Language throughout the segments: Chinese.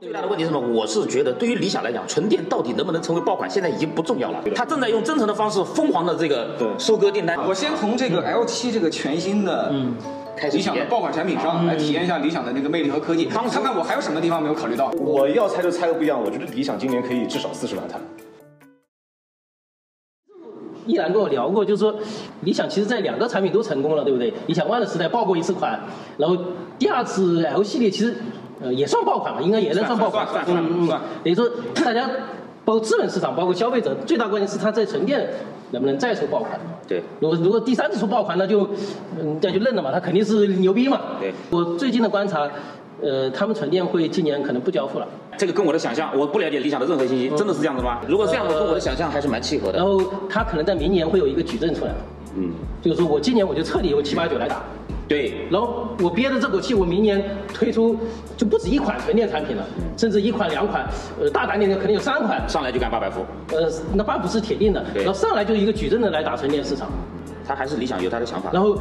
最大的问题是什么？我是觉得，对于理想来讲，纯电到底能不能成为爆款，现在已经不重要了。它正在用真诚的方式疯狂的这个对收割订单。啊我先从这个 L7 这个全新的嗯，开始嗯理想体的验爆款产品上嗯来体验一下理想的这个魅力和科技，当时看看我还有什么地方没有考虑到。我要拆就拆个不一样，我觉得理想今年可以至少四十万台。依然跟我聊过，就是说，理想其实在两个产品都成功了，对不对？理想 ONE 的时代爆过一次款，然后第二次 L 系列其实呃也算爆款吧，应该也能爆款，算算算嗯嗯算嗯，等于说大家包括资本市场，包括消费者，最大关键是它在纯电能不能再出爆款。对，如果如果第三次出爆款，那就嗯那就认了嘛，他肯定是牛逼嘛。对我最近的观察，呃，他们纯电会今年可能不交付了。这个跟我的想象，我不了解理想的任何信息，真的是这样的吗？如果这样的，呃跟我的想象还是蛮契合然的。后他可能在明年会有一个矩阵出来，嗯，就是说我今年我就彻底由七八九来打，对，然后我憋着这口气，我明年推出就不止一款纯电产品了，嗯甚至一款两款，呃，大胆点的可能有三款，上来就干八百伏，呃，那八不是铁定的，对然后上来就是一个矩阵的来打纯电市场，嗯他还是理想有他的想法。然后。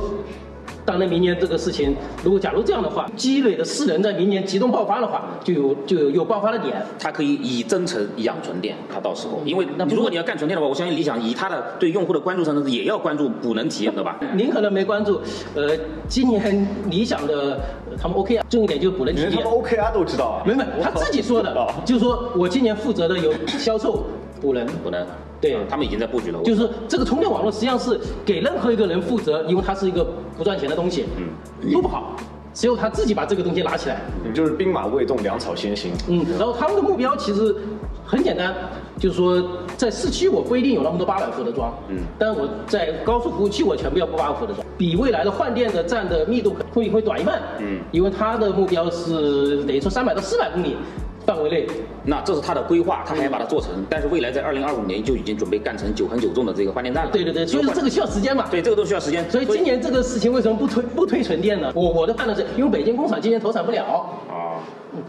当然，明年这个事情，如果假如这样的话，积累的势能在明年集中爆发的话，就有就有有爆发的点。它可以以真诚养纯电，它到时候，因为那不如果你要干纯电的话，我相信理想以它的对用户的关注程度，也要关注补能体验的吧？您可能没关注，呃，今年理想的呃他们 OK 啊，重点就是补能体连他验们。OKR 都知道啊？没没，他自己说的，就是说我今年负责的有销售、补能，补能，对嗯他们已经在布局了。就是这个充电网络实际上是给任何一个人负责，因为它是一个不赚钱的东西，嗯，都不好，只有他自己把这个东西拿起来，就是兵马未动，粮草先行。嗯，然后他们的目标其实很简单，就是说在市区我不一定有那么多八百伏的桩，嗯，但我在高速服务区我全部要八百伏的桩，比未来的换电的站的密度会会短一半，嗯，因为它的目标是等于说三百到四百公里范围内，那这是它的规划，它还要把它做成，但是未来在二零二五年就已经准备干成九横九纵的这个换电站了。对对对，所以这个需要时间嘛，对，这个都需要时间。所以今年这个事情为什么不推不推纯电呢？我我的判断是因为北京工厂今年投产不了，啊，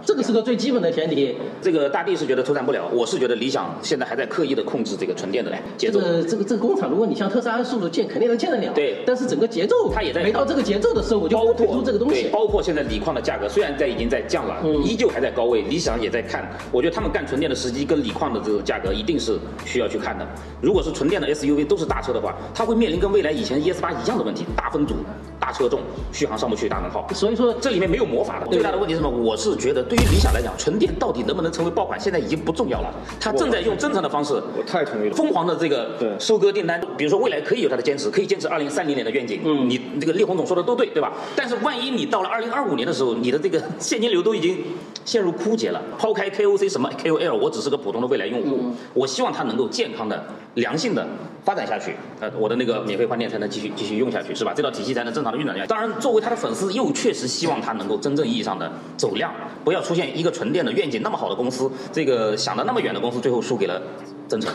这个是个最基本的前提。这个大地是觉得投产不了，我是觉得理想现在还在刻意的控制这个纯电的节这奏。个这个这个工厂，如果你像特斯拉的速度建，肯定能建得了。对但是整个节奏它也在没到这个节奏的时候，我就包不推括出这个东对西。包括现在锂矿的价格虽然在已经在降了，嗯依旧还在高位，理想也在看。我觉得他们干纯电的时机跟锂矿的这个价格一定是需要去看的。如果是纯电的 SUV 都是大车的话，它会面临跟未来以前 ES 八一样的问题：大分组、大车重、续航上不去、大能耗。所以说这里面没有魔法的，对最大的问题是什么？我是觉得，对于理想来讲，纯电到底能不能成为爆款，现在已经不重要了。它正在用真诚的方式，我太同意了。疯狂的这个对收割订单，比如说未来可以有它的坚持，可以坚持二零三零年的愿景。嗯，你这个烈红总说的都对，对吧？但是万一你到了二零二五年的时候，你的这个现金流都已经陷入枯竭了，抛开 KOC 什么 KOL，我只是个普通的未来用户，我希望它能够健康的、良性的发展下去，呃，我的那个免费换电才能继续继续用下去，是吧？这套体系才能正常的运转下去。当然，作为他的粉丝，又确实希望他能够真正意义上的走量，不要出现一个纯电的愿景那么好的公司，这个想的那么远的公司，最后输给了真诚。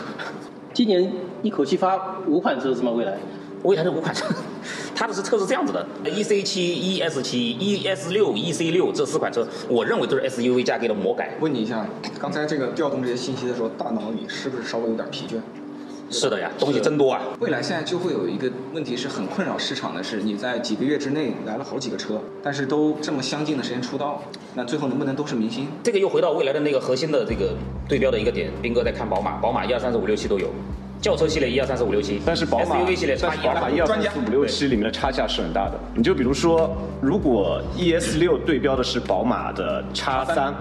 今年一口气发五款车是吗？未来未来的五款车， 它的是车是这样子的：EC 七、ES 七、ES 六、EC 六这四款车，我认为都是 SUV 加给了魔改。问你一下，刚才这个调动这些信息的时候，大脑里是不是稍微有点疲倦？是的呀，东西真多啊！未来现在就会有一个问题是很困扰市场的是，你在几个月之内来了好几个车，但是都这么相近的时间出道，那最后能不能都是明星？这个又回到未来的那个核心的这个对标的一个点，斌哥在看宝马，宝马一二三四五六七都有，轿车系列一二三四五六七，但是宝马 SUV 系列但它是宝马一二专三家四五六七里面的差价是很大的。你就比如说，如果 ES 六对标的是宝马的 X 三，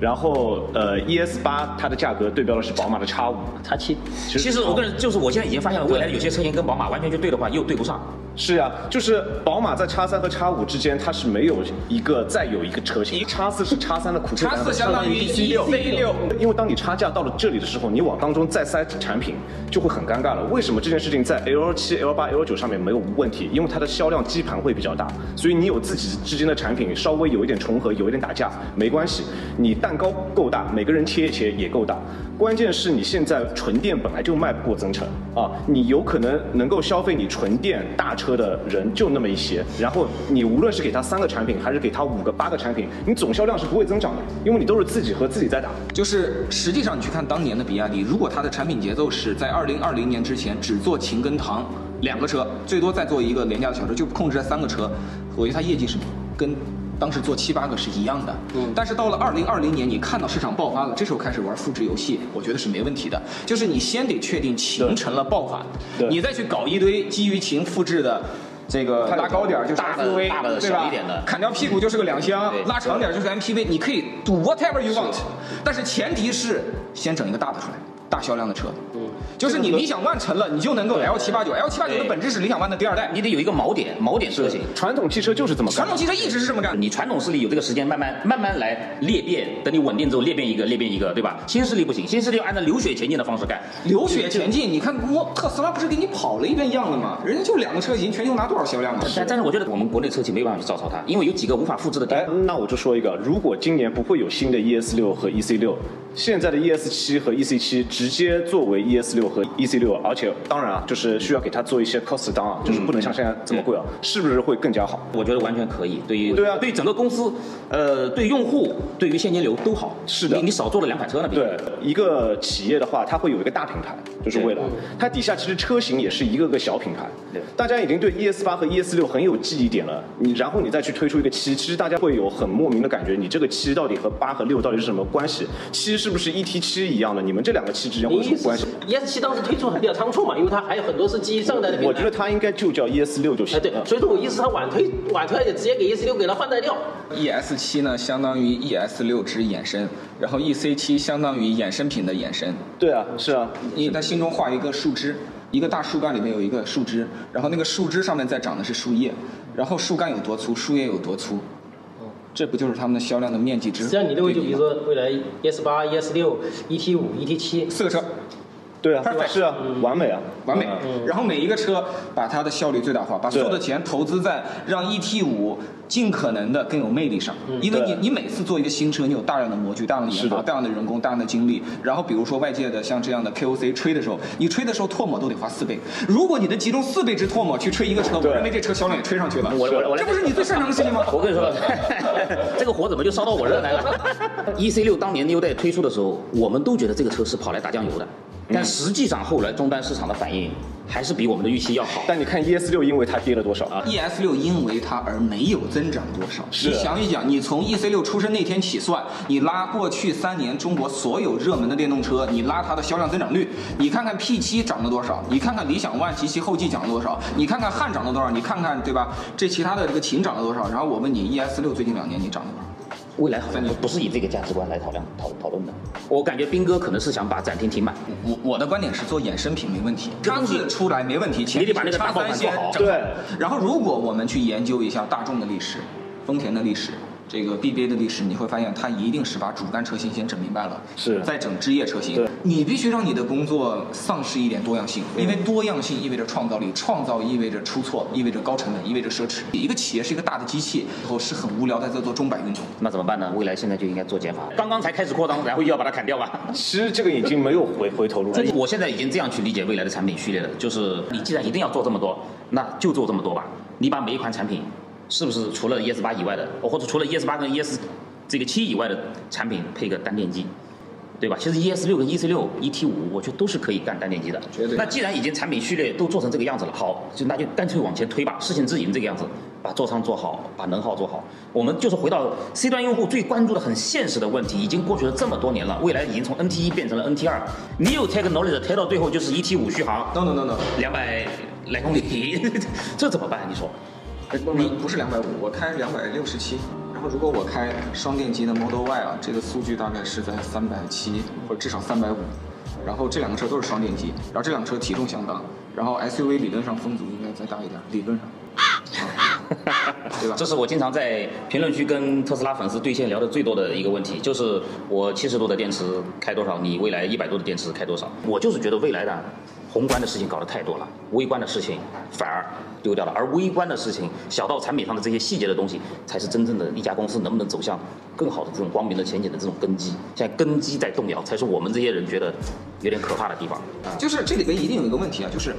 然后呃 ES 八它的价格对标的是宝马的 X 五。叉七，其实我个人就是，我现在已经发现了，未来有些车型跟宝马完全就对的话，又对不上。是呀、就是宝马在 X 三和 X 五之间，它是没有一个再有一个车型。X 四是 X 三的苦叉版四本。相当于 E C 六，因为当你差价到了这里的时候，你往当中再塞产品就会很尴尬了。为什么这件事情在 L 七、L 八、L 九上面没有问题？因为它的销量基盘会比较大，所以你有自己之间的产品稍微有一点重合，有一点打架没关系。你蛋糕够大，每个人切一切也够大。关键是你现在纯电本来就卖不过增程啊，你有可能能够消费你纯电大车的人就那么一些，然后你无论是给他三个产品，还是给他五个、八个产品，你总销量是不会增长的，因为你都是自己和自己在打。就是实际上你去看当年的比亚迪，如果它的产品节奏是在二零二零年之前只做秦跟唐两个车，最多再做一个廉价的小车，就控制在三个车，我觉得它业绩是跟当时做七八个是一样的。嗯，但是到了二零二零年，你看到市场爆发了，这时候开始玩复制游戏，我觉得是没问题的。就是你先得确定形成了爆发，对你再去搞一堆基于情复制的。这个它有拉高点儿就是大的 SUV，大的对吧小一点的砍掉屁股就是个两厢对，拉长点就是 MPV，你可以 do whatever you want，但是前提是先整一个大的出来，大销量的车。嗯，就是你理想 ONE 成了，你就能够 L 七八九，L 七八九的对本质是理想 ONE 的第二代。你得有一个锚点，锚点车型。传统汽车就是这么干传。统汽车一直是这么干。你传统势力有这个时间慢慢慢慢来裂变，等你稳定之后裂变一个裂变一个，对吧？新势力不行，新势力要按照流血前进的方式干。流血前进，你看我特斯拉不是给你跑了一遍样了吗？人家就两个车型，全球拿多少销量啊？但但是我觉得我们国内车企没有办法去照抄它，因为有几个无法复制的点哎。，那我就说一个，如果今年不会有新的 ES 六和 EC 六，现在的 ES 七和 EC 七直接作为 ES 六和 EC 六，而且当然啊，就是需要给它做一些 cost down，啊，就是不能像现在这么贵嗯啊，是不是会更加好？我觉得完全可以，对于对啊对整个公司，呃，对用户，对于现金流都好。是的你你少做了两款车呢，比对一个企业的话，它会有一个大品牌，就是未来。它底下其实车型也是一个个小品牌。对大家已经对 ES 八和 ES 六很有记忆点了，你然后你再去推出一个七，其实大家会有很莫名的感觉，你这个七到底和八和六到底是什么关系？七是不是 ET 七一样的？你们这两个七之间会有什么关系？ ES 七当时推出还比较仓促嘛，因为它还有很多是基于上一代的我平觉台得。它应该就叫 ES 六就行了。哎，对，所以说我意思它晚推，晚推而且直接给 ES 六给它换代掉。 ES E 七呢，相当于 ES 六之衍生，然后 EC 七相当于衍生品的衍生。对啊，是啊，你在心中画一个树枝，一个大树干里面有一个树枝，然后那个树枝上面再长的是树叶，然后树干有多粗，树叶有多粗，这不就是他们的销量的面积之？实际哦上你认为就比如说未来 ES 八、ES 六、ET 五、ET 七，四个车，对啊 Perfect 是啊，完美啊，完美嗯。然后每一个车把它的效率最大化，把所有的钱投资在让 ET 五尽可能的更有魅力上。因为你嗯对你每次做一个新车，你有大量的模具、大量的研是发、的大量的人工、大量的精力。然后比如说外界的像这样的 KOC 吹的时候，你吹的时候唾沫都得花四倍。如果你能集中四倍之唾沫去吹一个车，我对认为这车销量也吹上去了。我我我来这不是你最擅长的事情吗？我跟你说， 这个火怎么就烧到我这儿来了？E C 六当年六代推出的时候，我们都觉得这个车是跑来打酱油的，但实际上后来终端市场的反应还是比我们的预期要好。但你看 ES 六，因为它跌了多少啊？ ES 六因为它而没有增长多少。是你想一想，你从 EC 六出生那天起算，你拉过去三年中国所有热门的电动车，你拉它的销量增长率，你看看 P 7涨了多少，你看看理想 ONE 及其后继涨了多少，你看看汉涨了多少，你看看对吧？这其他的这个秦涨了多少？然后我问你，ES 六最近两年你涨了多少？未来好像不是以这个价值观来讨量讨讨论的。我感觉斌哥可能是想把展厅停满，我我的观点是做衍生品没问题，这它东西字出来没问题，前你提得把那个叉大爆款三做先好整对然后如果我们去研究一下大众的历史、丰田的历史。这个 BBA 的历史，你会发现它一定是把主干车型先整明白了，是再整枝叶车型对。你必须让你的工作丧失一点多样性，因为多样性意味着创造力，创造意味着出错，意味着高成本，意味着奢侈。一个企业是一个大的机器，然后是很无聊，在这做钟摆运动。那怎么办呢？未来现在就应该做减法，刚刚才开始扩张，然后又要把它砍掉嗯吧。其实这个已经没有回回头路了这。我现在已经这样去理解未来的产品序列了，就是你既然一定要做这么多，那就做这么多吧。你把每一款产品，是不是除了 ES 八以外的，或者除了 ES 八跟 ES 这个七以外的产品配个单电机，对吧？其实 ES 六跟 EC 六、ET 五，我觉得都是可以干单电机的。绝对那既然已经产品序列都做成这个样子了，好，就那就干脆往前推吧。事情自营这个样子，把座舱做好，把能耗做好。我们就是回到 C 端用户最关注的很现实的问题，已经过去了这么多年了，未来已经从 NT 一变成了 NT 二。你有 technology 推到最后就是 ET 五续航 No no no no，两百来公里， 这怎么办？你说？你不是两百五，我开两百六十七。然后如果我开双电机的 Model Y 啊，这个数据大概是在三百七或者至少三百五。然后这两个车都是双电机，然后这两个车体重相当，然后 SUV 理论上风阻应该再大一点，理论上。啊对吧这是我经常在评论区跟特斯拉粉丝对线聊的最多的一个问题，就是我七十度的电池开多少，你未来一百度的电池开多少？我就是觉得未来的宏观的事情搞得太多了，微观的事情反而丢掉了，而微观的事情，小到产品上的这些细节的东西，才是真正的一家公司能不能走向更好的这种光明的前景的这种根基。现在根基在动摇，才是我们这些人觉得有点可怕的地方。就是这里边一定有一个问题啊，就是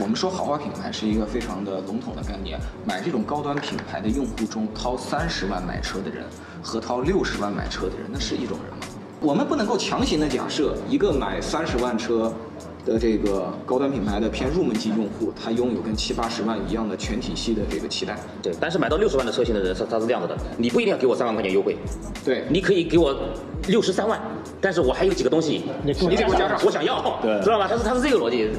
我们说豪华品牌是一个非常的笼统的概念，买这种高端品牌的用户中，掏三十万买车的人和掏六十万买车的人，那是一种人吗？我们不能够强行的假设一个买三十万车的这个高端品牌的偏入门级用户，他拥有跟七八十万一样的全体系的这个期待。对，但是买到六十万的车型的人，他他是这样子的，你不一定要给我三万块钱优惠，对，你可以给我六十三万，但是我还有几个东西，你给我得给我加加上上，我想要，对知道吧？他是他是这个逻辑，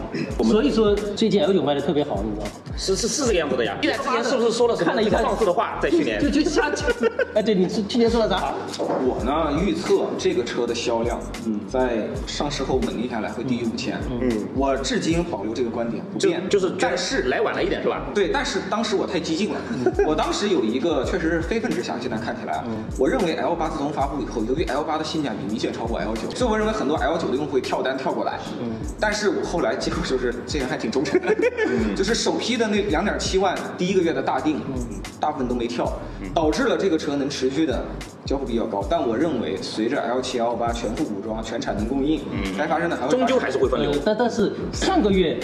所以说最近 L 九卖的特别好，你知道吗？是是是这个样子的呀。现在之前是不是说了什么看了一看放肆的话？在去年就就就下， 啊哎，对，你是去年说了啥？我呢预测这个车的销量，嗯，在上市后稳定下来会低于五千。嗯，我至今保留这个观点不就变。就是，但是来晚了一点是吧？对，但是当时我太激进了，我当时有一个确实是非分之想，现在看起来啊，我认为 L 8自从发布以后，由于 L 8的性价比明显超过 L 9所以我认为很多 L 9的用户会跳单跳过来。嗯，但是我后来结果就是这人还挺忠诚的，就是首批的那两点七万第一个月的大定，大部分都没跳，导致了这个车能持续的。交付比较高，但我认为随着 L 7 L 8全副武装、全产能供应，该发生的还会发终生究还是会分流呃。，但但是上个月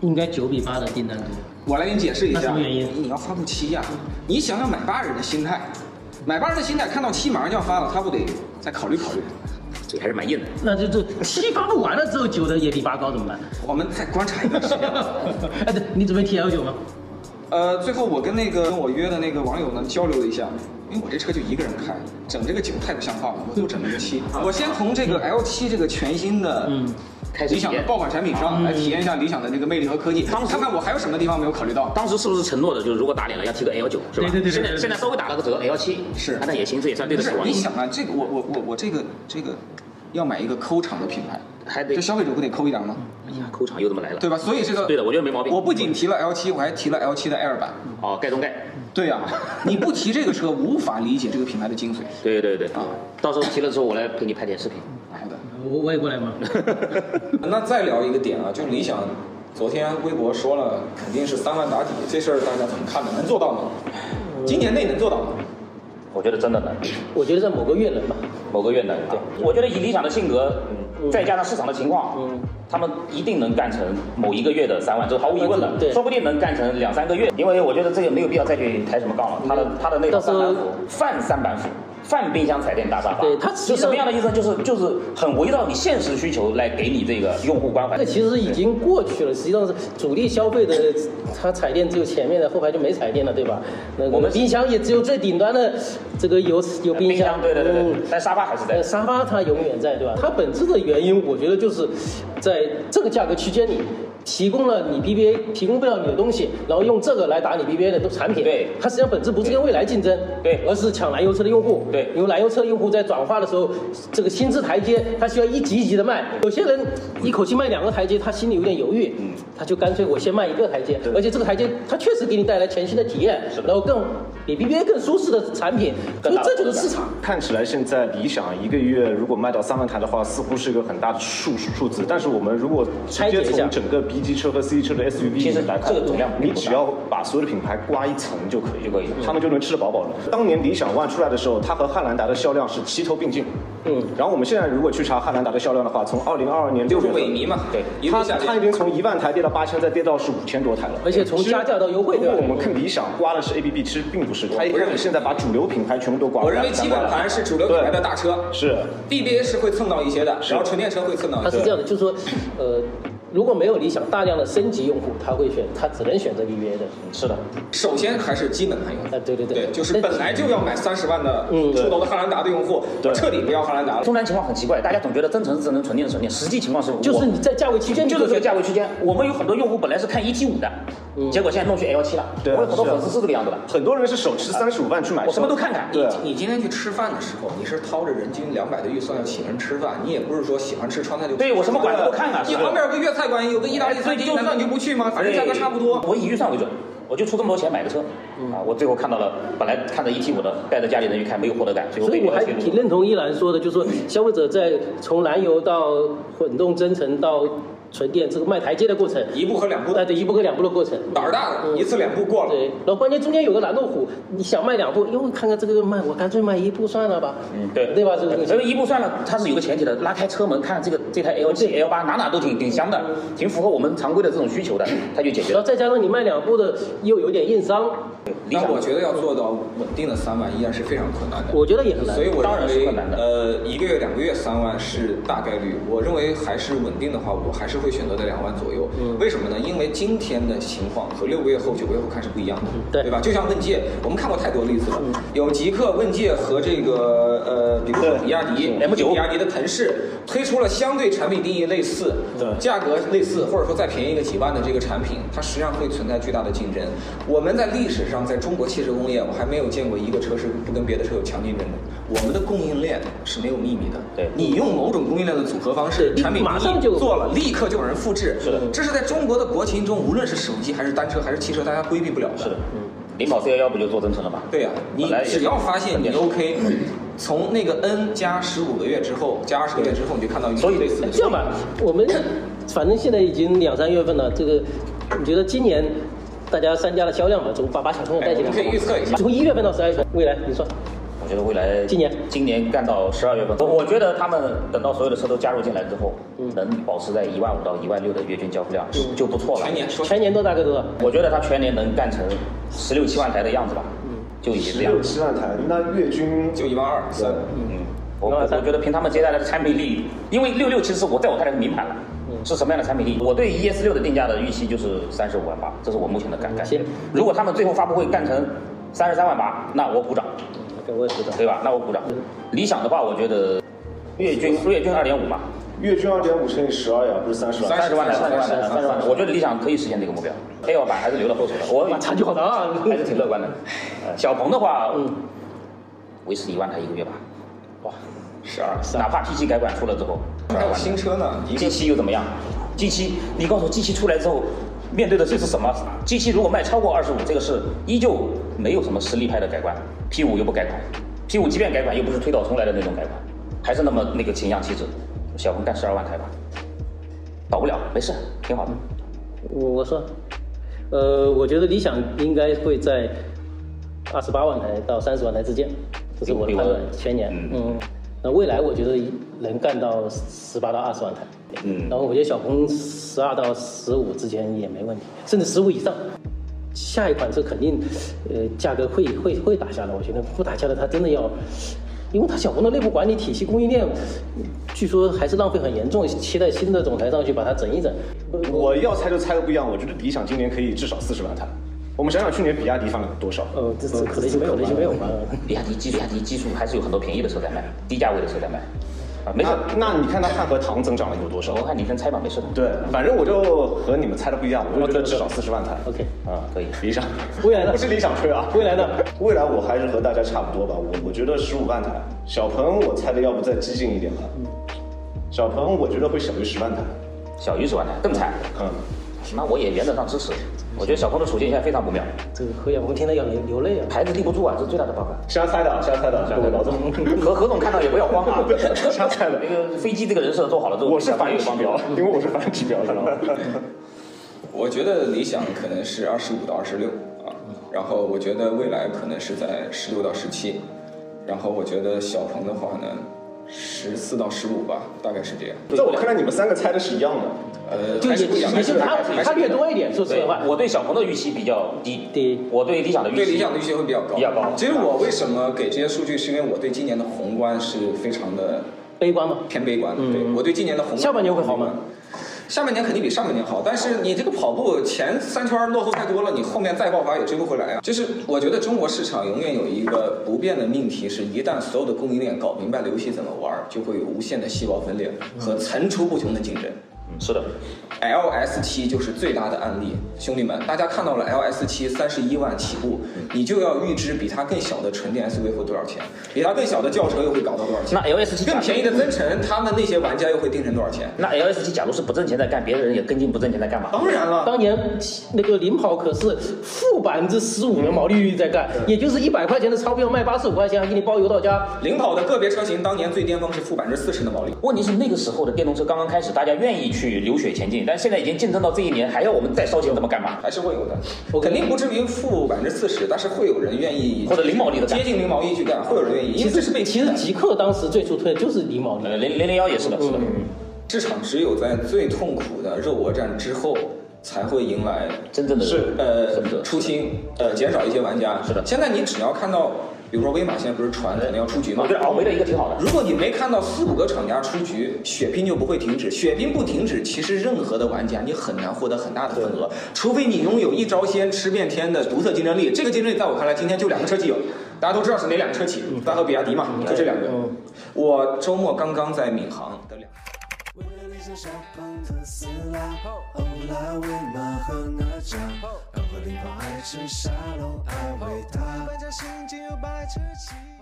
应该九比八的订单多。我来给你解释一下，那什么原因你要发布七呀、你想想买八人的心态，买八人的心态，看到七马上就要发了，他不得再考虑考虑？这个还是蛮硬的。那就这七发布完了之后，九的也比八高怎么办？ 我们再观察一段时间。哎，对，你准备 T L 九吗？呃，最后我跟那个跟我约的那个网友呢交流了一下，因为我这车就一个人开，整这个九太不像话了，我就整了个七。我先从这个 L 7这个全新的嗯开始理想体的验爆款产品上来体验一下理想的这个魅力和科技，当时看看我还有什么地方没有考虑到。当时是不是承诺的，就是如果打脸了要提个 L 九，是吧？对对对对现对在对现在稍微打了个折，L 七啊是那也行，这也算对不得是起网你易。想啊，这个我我我我这个这个要买一个抠厂的品牌，还得这消费者不得抠一点吗？哎呀，抠场又这么来了，对吧？所以这个对的，我觉得没毛病。我不仅提了 L 7我还提了 L 7的 Air 版。哦，盖中盖，对呀、 你不提这个车，无法理解这个品牌的精髓。对对对啊到时候提了之后，我来陪你拍点视频。好的，我我也过来吗？那再聊一个点啊，就理想，昨天微博说了，肯定是三万打底，这事儿大家怎么看呢？能做到吗？嗯今年内能做到吗？我觉得真的难， 我觉得在某个月能吧。某个月难。啊对，我觉得以理想的性格，再加上市场的情况，嗯他们一定能干成某一个月的三万，这是毫无疑问的。对说不定能干成两三个月，因为我觉得这个没有必要再去抬什么杠嗯了。他的他的那到套时三候板斧，泛三板斧。泛冰箱彩电大沙发，对它其就实什么样的意思呢？就是就是很围绕你现实需求来给你这个用户关怀。这个其实已经过去了，实际上是主力消费的，它彩电只有前面的，后排就没彩电了，对吧？那我我们们冰箱也只有最顶端的这个有有冰箱，对对对对嗯，但沙发还是在呃，。沙发它永远在，对吧？它本质的原因，我觉得就是在这个价格区间里，提供了你 BBA 提供不了你的东西，然后用这个来打你 BBA 的产品。对它实际上本质不是跟未来竞争，对而是抢燃油车的用户。对因为燃油车的用户在转化的时候，这个薪资台阶，他需要一级一级的卖。有些人一口气卖两个台阶，他心里有点犹豫，嗯，他就干脆我先卖一个台阶，而且这个台阶它确实给你带来全新的体验，然后更比 BBA 更舒适的产品，所以这就是市场。看起来现在理想一个月如果卖到三万台的话，似乎是一个很大的数数字。但是我们如果直拆解接一下从整个 B 级车和 C 级车的 SUV 其实来这看，个总量并你不大只要把所有的品牌刮一层就可以，就可以他们就能吃得饱饱的。当年理想 ONE 出来的时候，它和汉兰达的销量是齐头并进。嗯然后我们现在如果去查汉兰达的销量的话，从二零二二年六月份，嘛，对，一它路下它已跌。经从一万台跌到八千，再跌到是五千多台了。而且从加价到优惠如果对吧我们看理想刮的是 APP，其实并不是，它一开始现在把主流品牌全部都刮了。我认为基本盘是主流品牌的大车是，BBA 是会蹭到一些的，然后纯电车会蹭到一它些是。这样的，就是说，呃，如果没有理想大量的升级用户，他会选，他只能选择 BBA 的。是的，首先还是基本盘用户啊，对对对对，就是本来就要买三十万的嗯对出头的汉兰达的用户，对彻底不要汉兰达了。中南情况很奇怪，大家总觉得增程是增程，纯电是纯电，实际情况是我就是你在价位区间，就是这个价位区间，我们有很多用户本来是看一 T 五的，嗯结果现在弄去 L 七了。对啊我有很多是啊粉丝是这个样子的，很多人是手持三十五万去买车，我什么都看看。对你今天去吃饭的时候，你是掏着人均两百的预算要请人吃饭，你也不是说喜欢吃川菜就对我什么馆子都看看。你是吧旁边有个粤菜馆，有个意大利餐对厅，就是难道你就不去吗？反正价格差不多。嗯我以预算为准，我就出这么多钱买个车。啊，我最后看到了，本来看着一 T 五的，带着家里人去看，没有获得感，最后所被以我还 L 七挺认同依然说的，就是说消费者在从燃油到混动增程到纯电这个迈台阶的过程，一步和两步，哎，对，一步跟两步的过程。胆儿大的嗯一次两步过了。对，然后关键中间有个拦路虎，你想卖两步，因为看看这个卖，我干脆卖一步算了吧，嗯，对，对吧？这个东西所以一步算了，它是有个前提的，拉开车门看这个这台 L 七 L 八哪哪都挺挺香的，挺符合我们常规的这种需求的，它就解决然了。后再加上你卖两步的又有点硬伤，理想但我觉得要做到稳定的三万，依然是非常困难的。我觉得也很难所以我当然是认困为难，的呃，一个月、两个月三万是大概率。我认为还是稳定的话，我还是会选择在两万左右。嗯为什么呢？因为今天的情况和六个月后、九个月后看是不一样的，嗯对吧？就像问界，我们看过太多例子了，有极客、问界和这个呃，比如说比亚迪、 M9 比亚迪的腾势推出了相对产品定义类似、价格类似，或者说再便宜个几万的这个产品，它实际上会存在巨大的竞争。我们在历史上，在中国汽车工业，我还没有见过一个车是不跟别的车有强竞争的。我们的供应链是没有秘密的，对你用某种供应链的组合方式，对产品马上定义就做了，立刻就有人复制。是的这是在中国的国情中，无论是手机还是单车还是汽车，大家规避不了的。是的，嗯领跑四幺幺不就做增程了吗？对呀、啊你本来也只要发现你 OK，从那个 N 加十五个月之后，加二十个月之后，你就看到所以类似的。这样吧，我们反正现在已经两三月份了，这个你觉得今年大家三家的销量吧，总把把小朋友带哎，起我来们好可以预吗，测一下。从一月份到十二月份，未来你说我觉得未来今年今年干到十二月份，我我觉得他们等到所有的车都加入进来之后，能保持在一万五到一万六的月均交付量就不错了。全年说全年都大概多少？我觉得它全年能干成十六七万台的样子吧，就已经十这样六。七万台，那月均就一万二三，嗯，我那我它觉得凭他们接下来的产品力，因为六六其实我在我看来是名牌了。是什么样的产品力？我对 ES 六的定价的预期就是三十五万八，这是我目前的感感觉行。如果他们最后发布会干成三十三万八，那我鼓掌。对，我也不知道。对吧？那我鼓掌。理想的话，我觉得月均月均二点五嘛，月均二点五乘以十二呀，不是三十万。三十万台，三三十万十万台，台三十万哎台。我觉得理想可以实现这个目标。A 幺版还是留到后手的，我哇，差距好大啊！还是挺乐观的。小鹏的话，嗯，维持一万台一个月吧，哇，十二。哪怕 T 7改款出了之后，还有新车呢，一 G 个7又怎么样？G 7你告诉我 G 7出来之后。面对的这是什么？G 7如果卖超过二十五，这个是依旧没有什么实力派的改观。P 5又不改款，P 5即便改款又不是推倒重来的那种改款，还是那么那个情样气质。小鹏干十二万台吧，倒不了，没事，挺好的。我我说，呃，我觉得理想应该会在二十八万台到三十万台之间，这是我的判断比我。全年，嗯嗯，那未来我觉得能干到十八到二十万台，嗯然后我觉得小鹏十二到十五之间也没问题，甚至十五以上。下一款车肯定，呃，价格会会会打下来，我觉得不打下来，它真的要，因为它小鹏的内部管理体系、供应链，据说还是浪费很严重，期待新的总裁上去把它整一整。我要猜就猜个不一样，我觉得理想今年可以至少四十万台。我们想想去年比亚迪放了多少？呃，这这可能性没有，可呃能性没有吧。比亚迪基比亚迪基数还是有很多便宜的车在卖，低价位的车在卖，啊，没事。那那你看它汉和唐增长了有多少我？看你先猜吧，没事的。对，反正我就和你们猜的不一样，我就觉得至少四十万台。 OK，啊，可以理想，未来呢不是理想吹啊，未来呢？未来我还是和大家差不多吧，我我觉得十五万台，小鹏我猜的要不再激进一点吧，嗯小鹏我觉得会小于十万台，小于十万台更惨，嗯，那我也原则上支持。我觉得小鹏的处境现在非常不妙，这个何远鹏听得要流流泪啊。牌子立不住啊，这是最大的 bug。瞎猜的啊，瞎猜的啊，各位老总， 何何总看到也不要 慌啊，瞎猜的那，个飞机这个人设做好了之后，我对是咱们反也指有帮助标，因为我是反指标，知道吗？ 我觉得理想可能是二十五到二十六啊，然后我觉得未来可能是在十六到十七，然后我觉得小鹏的话呢，十四到十五吧，大概是这样。在我看来，你们三个猜的是一样的。呃，就还是也不一样，也就他还是不一样他略多一点，说实对话，，我对小鹏的预期比较低，低我对理想的预期对理想的预期会比较高，比较高其实我为什么给这些数据，是因为我对今年的宏观是非常的悲观嘛。偏悲观的。对我对今年的宏观嗯下半年会好吗？下半年肯定比上半年好，但是你这个跑步前三圈落后太多了，你后面再爆发也追不回来啊。就是我觉得中国市场永远有一个不变的命题，是一旦所有的供应链搞明白了游戏怎么玩儿，就会有无限的细胞分裂和层出不穷的竞争。嗯是的， LS 七就是最大的案例，兄弟们，大家看到了 LS 七三十一万起步，你就要预知比它更小的纯电 SUV 会多少钱，比它更小的轿车又会搞到多少钱。那 LS 七更便宜的增程，他们那些玩家又会定成多少钱？那 LS 七假如是不挣钱在干，别人也跟进不挣钱在干嘛？当然了，当年那个领跑可是负百分之十五的毛利率在干，嗯也就是一百块钱的钞票卖八十五块钱，还给你包邮到家。领跑的个别车型当年最巅峰是负百分之四十的毛利，问题是那个时候的电动车刚刚开始，大家愿意去流血前进，但现在已经竞争到这一年，还要我们再烧钱这么干嘛？还是会有的。我肯定不至于负百分之四十，但是会有人愿意或者零毛利的干接近零毛利去干，会有人愿意，因其为这实是被其实极客当时最初推的就是零毛利，嗯呃，零零零幺也是的，是的。市场只有在最痛苦的肉搏战之后，才会迎来真正的是什么呃的出清，呃减少一些玩家。是的现在你只要看到，比如说威马现在不是传可能要出局嘛我觉，得熬没了一个挺好的。如果你没看到四五个厂家出局，血拼就不会停止。血拼不停止，其实任何的玩家你很难获得很大的份额，除非你拥有一招鲜吃遍天的独特竞争力。这个竞争力在我看来，今天就两个车企有，大家都知道是哪两个车企，大和比亚迪嘛，就这两个。我周末刚刚在闵行的两。为了理想下班特斯拉，欧拉威马和哪吒，让和领跑爱吃沙龙，爱伟大，搬家新进有白车骑。